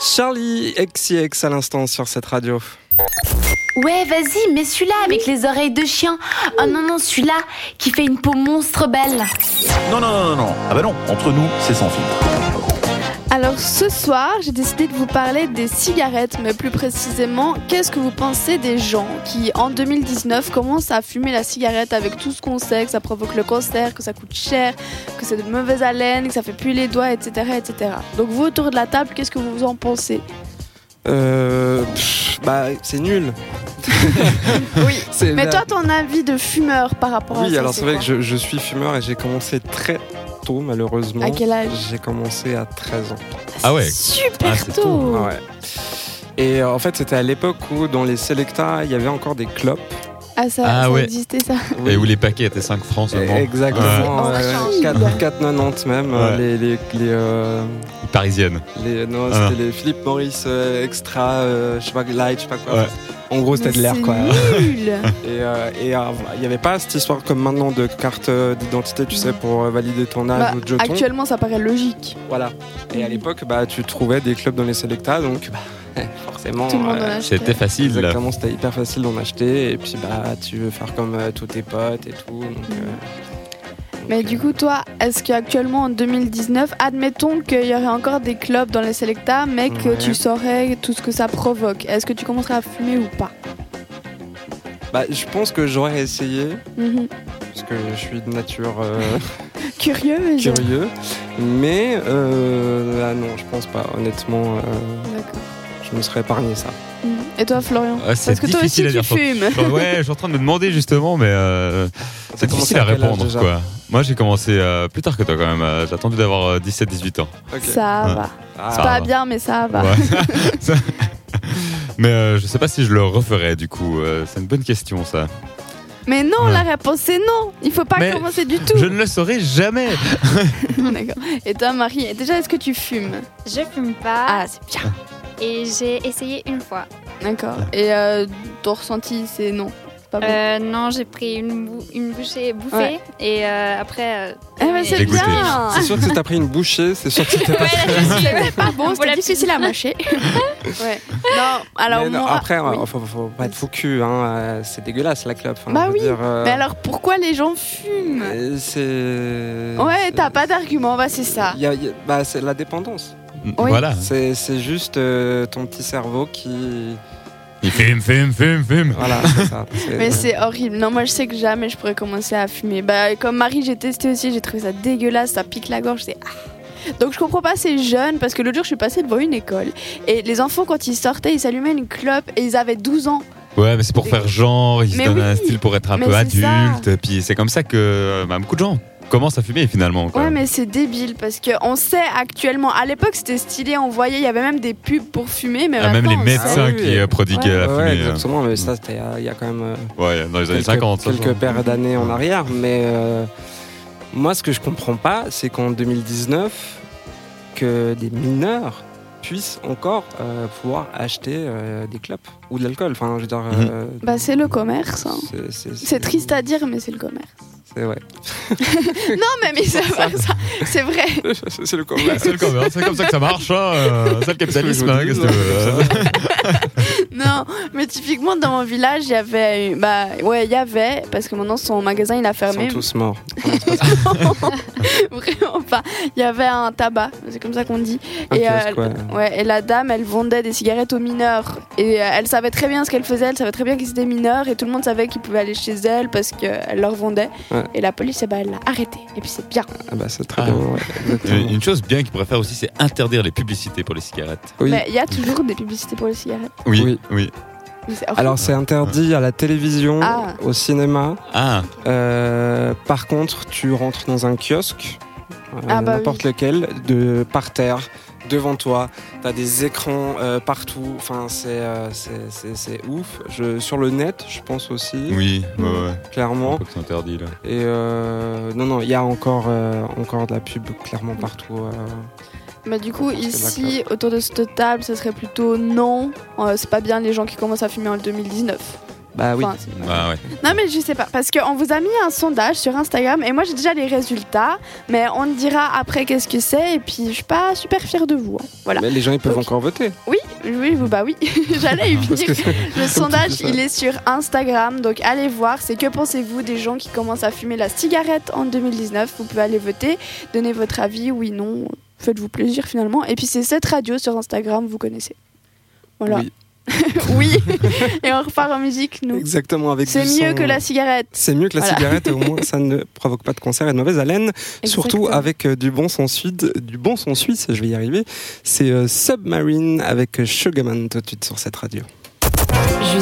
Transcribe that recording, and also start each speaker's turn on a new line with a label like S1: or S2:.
S1: Charlie XCX à l'instant sur cette radio.
S2: Ouais, vas-y, mets celui-là avec les oreilles de chien. Oh non, non, celui-là qui fait une peau monstre belle.
S3: Non, non, non, non, non. Ah bah non, entre nous, c'est sans filtre.
S4: Alors ce soir, j'ai décidé de vous parler des cigarettes, mais plus précisément, qu'est-ce que vous pensez des gens qui, en 2019, commencent à fumer la cigarette avec tout ce qu'on sait, que ça provoque le cancer, que ça coûte cher, que c'est de mauvaise haleine, que ça fait puer les doigts, etc., etc. Donc vous, autour de la table, qu'est-ce que vous en pensez
S1: Euh, pff, bah, c'est nul.
S4: Oui.
S1: C'est
S4: Mais
S1: la-
S4: toi, ton avis de fumeur par rapport à ça
S1: Eh Oui, alors c'est vrai
S4: quoi
S1: que je, je suis fumeur et j'ai commencé très tôt, malheureusement.
S4: À quel âge
S1: J'ai commencé à 13 ans.
S5: Ah ouais.
S4: Super
S5: Ah, c'est
S4: tôt.
S1: Ah ouais. Et euh, en fait, c'était à l'époque où dans les Selecta, il y avait encore des clopes.
S4: Ah ça,
S5: Ah
S4: ça
S5: ouais.
S4: existait ça.
S5: Et où les paquets étaient 5 francs
S1: Et-
S5: seulement.
S1: Exactement.
S4: Ouais.
S1: ouais,
S4: C'est
S1: quatre-
S4: horrible.
S1: 4,90 même. euh,
S5: Ouais.
S1: Les, les, les, euh,
S5: Parisienne.
S1: les- non,
S5: Ah.
S1: c'était les Philippe Maurice euh, Extra, euh, je sais pas, Light, je sais pas quoi.
S5: Ouais.
S1: En gros, c'était de l'air, quoi.
S4: C'est nul.
S1: Et euh, et, euh, il n'y avait pas cette histoire comme maintenant de carte euh, d'identité, tu sais, pour euh, valider ton âge
S4: Bah,
S1: ou de jeton.
S4: actuellement, ça paraît logique.
S1: Voilà. Et à l'époque, bah, tu trouvais des clubs dans les Selecta, donc bah, forcément.
S4: Tout le monde
S1: euh,
S4: en a acheté.
S5: C'était facile.
S1: Exactement, c'était hyper facile d'en acheter et puis bah tu veux faire comme euh, tous tes potes et tout. donc, euh,
S4: Mm. Mais
S1: donc,
S4: du coup, toi, est-ce qu'actuellement en 2019, admettons qu'il y aurait encore des clubs dans les Selecta, mais que
S1: Ouais.
S4: tu saurais tout ce que ça provoque, est-ce que tu commencerais à fumer ou pas
S1: euh, bah, je pense que j'aurais essayé
S4: Mhm.
S1: parce que je suis de nature euh,
S4: Curieuse
S1: curieux, mais euh, là, non, je pense pas. Honnêtement, euh,
S4: D'accord.
S1: je me serais épargné ça.
S4: Mhm. Et toi, Florian
S5: Ah, c'est
S4: Parce que toi aussi,
S5: difficile à
S4: tu
S5: dire.
S4: fumes.
S5: Enfin, ouais, je suis en train de me demander justement, mais euh,
S1: T'as
S5: c'est
S1: commencé
S5: difficile à
S1: à quel âge
S5: répondre.
S1: déjà
S5: quoi. Moi, j'ai commencé euh, plus tard que toi quand même. Euh, J'ai attendu d'avoir 17-18 ans.
S1: Ok.
S4: Ça
S5: Ouais.
S4: va.
S1: Ah,
S4: C'est
S5: Ça
S4: pas
S5: va.
S4: bien, mais ça va.
S5: Ouais. Ça- mais euh, je sais pas si je le referais du coup. Euh, c'est une bonne question ça.
S4: Mais non,
S5: Ouais.
S4: la réponse c'est non. Il faut pas
S5: Mais
S4: commencer du tout.
S5: Je ne le saurais jamais.
S4: D'accord. Et toi, Marie, déjà, est-ce que tu fumes
S6: Je fume pas
S4: Ah, c'est bien.
S6: et j'ai essayé une fois.
S4: D'accord.
S5: Ah.
S4: Et euh, ton ressenti, c'est non. C'est pas bon.
S6: Euh, non, j'ai pris une, bou- une bouchée bouffée
S4: Ouais.
S6: et euh, après. euh,
S4: Eh ben, c'est
S5: Dégoûté.
S4: bien.
S1: C'est sûr que si t'as pris une bouchée, c'est sûr que c'était pas très
S4: C'était pas bon,
S6: Voilà,
S4: c'était difficile à mâcher. ouais. Non, alors
S1: Mais non,
S4: moi-
S1: après,
S4: oui.
S1: euh, faut, faut pas être faux cul, hein, euh, c'est dégueulasse la clope. hein,
S4: Bah
S1: je veux
S4: oui,
S1: dire, euh,
S4: Mais alors pourquoi les gens fument
S1: euh, c'est.
S4: Ouais, t'as pas d'argument, bah c'est ça.
S1: Y a- y a- bah, c'est la dépendance.
S4: Oui.
S5: Voilà.
S1: C'est c'est juste euh, ton petit cerveau qui.
S5: Il fume, fume, fume, fume.
S1: Voilà, c'est ça.
S4: Mais c'est horrible. Non, moi je sais que jamais je pourrais commencer à fumer. Bah, comme Marie, j'ai testé aussi, j'ai trouvé ça dégueulasse, ça pique la gorge, c'est. ah. Donc je comprends pas ces jeunes parce que l'autre jour je suis passée devant une école et les enfants quand ils sortaient ils s'allumaient une clope et ils avaient 12 ans.
S5: Ouais, mais c'est pour faire genre, ils se
S4: Mais
S5: donnent
S4: oui.
S5: un style pour être un
S4: Mais
S5: peu
S4: c'est ça.
S5: adulte. Puis c'est comme ça que euh, bah, beaucoup de gens commencent à fumer finalement. quoi.
S4: Ouais mais c'est débile parce que on sait actuellement à l'époque c'était stylé on voyait il y avait même des pubs pour fumer mais
S5: Ah, même
S4: maintenant,
S5: les
S4: on sait-
S5: médecins
S1: Ah oui.
S5: qui euh, prodiguent
S4: Ouais.
S5: la
S1: Ouais, ouais,
S5: fumée. euh,
S1: exactement, mais ça, c'était il y a quand même euh,
S5: ouais, dans les années
S1: quelques,
S5: 50. ça, je
S1: quelques
S5: crois.
S1: paires d'années en arrière. Mais euh, moi, ce que je comprends pas, c'est qu'en 2019, que des mineurs puissent encore euh, pouvoir acheter euh, des clopes ou de l'alcool. Enfin, je veux dire.
S5: Mhm.
S1: euh,
S4: Bah c'est le commerce. hein.
S1: c'est- c'est-
S4: C'est triste à dire mais c'est le commerce.
S1: C'est ouais.
S4: Non mais mais c'est vrai, ça. C'est vrai.
S1: c'est le
S5: Ouais,
S1: commerce.
S5: Bah, c'est le commerce, c'est comme ça que ça marche, hein, euh, c'est le capitalisme.
S1: Qu'est-ce
S5: hein,
S1: que je
S5: Qu'est-ce que
S1: vous
S5: tu
S1: dis,
S5: veux, hein.
S4: Non, mais typiquement dans mon village, il y avait une- bah ouais, il y avait parce que maintenant son magasin il a
S1: Ils sont
S4: fermé.
S1: tous morts.
S4: Vraiment pas. Il y avait un tabac, c'est comme ça qu'on dit.
S1: Un
S4: et, euh,
S1: kiosque, ouais.
S4: ouais, et la dame, elle vendait des cigarettes aux mineurs et euh, elle savait très bien ce qu'elle faisait, elle savait très bien qu'ils étaient mineurs et tout le monde savait qu'ils pouvaient aller chez elle parce qu'elle leur vendait.
S1: Ouais.
S4: Et la police, eh ben, elle l'a arrêtée. Et puis c'est bien.
S1: Ah bah c'est très
S5: Ah.
S1: bien. ouais, exactement.
S5: Une une chose bien qu'ils pourraient faire aussi, c'est interdire les publicités pour les cigarettes.
S1: Oui.
S4: Mais il y a toujours des publicités pour les cigarettes.
S5: Oui,
S1: Oui.
S5: oui.
S4: Mais c'est horrible.
S1: Alors c'est interdit à la télévision,
S4: Ah.
S1: au cinéma.
S5: Ah,
S1: Euh, par contre, tu rentres dans un kiosque, euh,
S4: Ah bah
S1: n'importe lequel, de par terre, devant toi. T'as des écrans euh, partout. Enfin, c'est euh, c'est- c'est- c'est ouf. Je, sur le net, je pense aussi,
S5: oui, ouais, ouais.
S1: clairement.
S5: Faut que c'est interdit là.
S1: Et euh, non, non, il y a encore euh, encore de la pub clairement partout. euh.
S4: Bah du coup
S1: Je pense que la
S4: ici autour de cette table ça serait plutôt non, euh, c'est pas bien les gens qui commencent à fumer en 2019.
S1: Bah oui.
S4: Enfin, c'est-
S5: Bah ouais.
S4: Non mais je sais pas, parce qu'on vous a mis un sondage sur Instagram et moi j'ai déjà les résultats, mais on dira après qu'est-ce que c'est et puis je suis pas super fière de vous. hein. Voilà.
S1: Mais les gens ils peuvent
S4: Ok.
S1: encore voter.
S4: Oui, oui, vous- bah oui, j'allais y
S1: Parce
S4: venir.
S1: que c'est-
S4: Le sondage,
S1: c'est ça.
S4: il est sur Instagram, donc allez voir. C'est que pensez-vous des gens qui commencent à fumer la cigarette en 2019 Vous pouvez aller voter, donner votre avis, oui, non, faites-vous plaisir finalement. Et puis c'est cette radio sur Instagram, vous connaissez. Voilà.
S1: Oui.
S4: Oui. et on repart en musique, nous.
S1: Exactement avec
S4: C'est
S1: du
S4: mieux
S1: son.
S4: que la cigarette.
S1: C'est mieux que la
S4: Voilà.
S1: cigarette, au moins ça ne provoque pas de cancer et de mauvaise haleine. Surtout
S4: Exactement.
S1: avec euh, du bon son suisse, du bon son suisse, je vais y arriver. C'est euh, Submarine avec Sugarman tout de suite sur cette radio.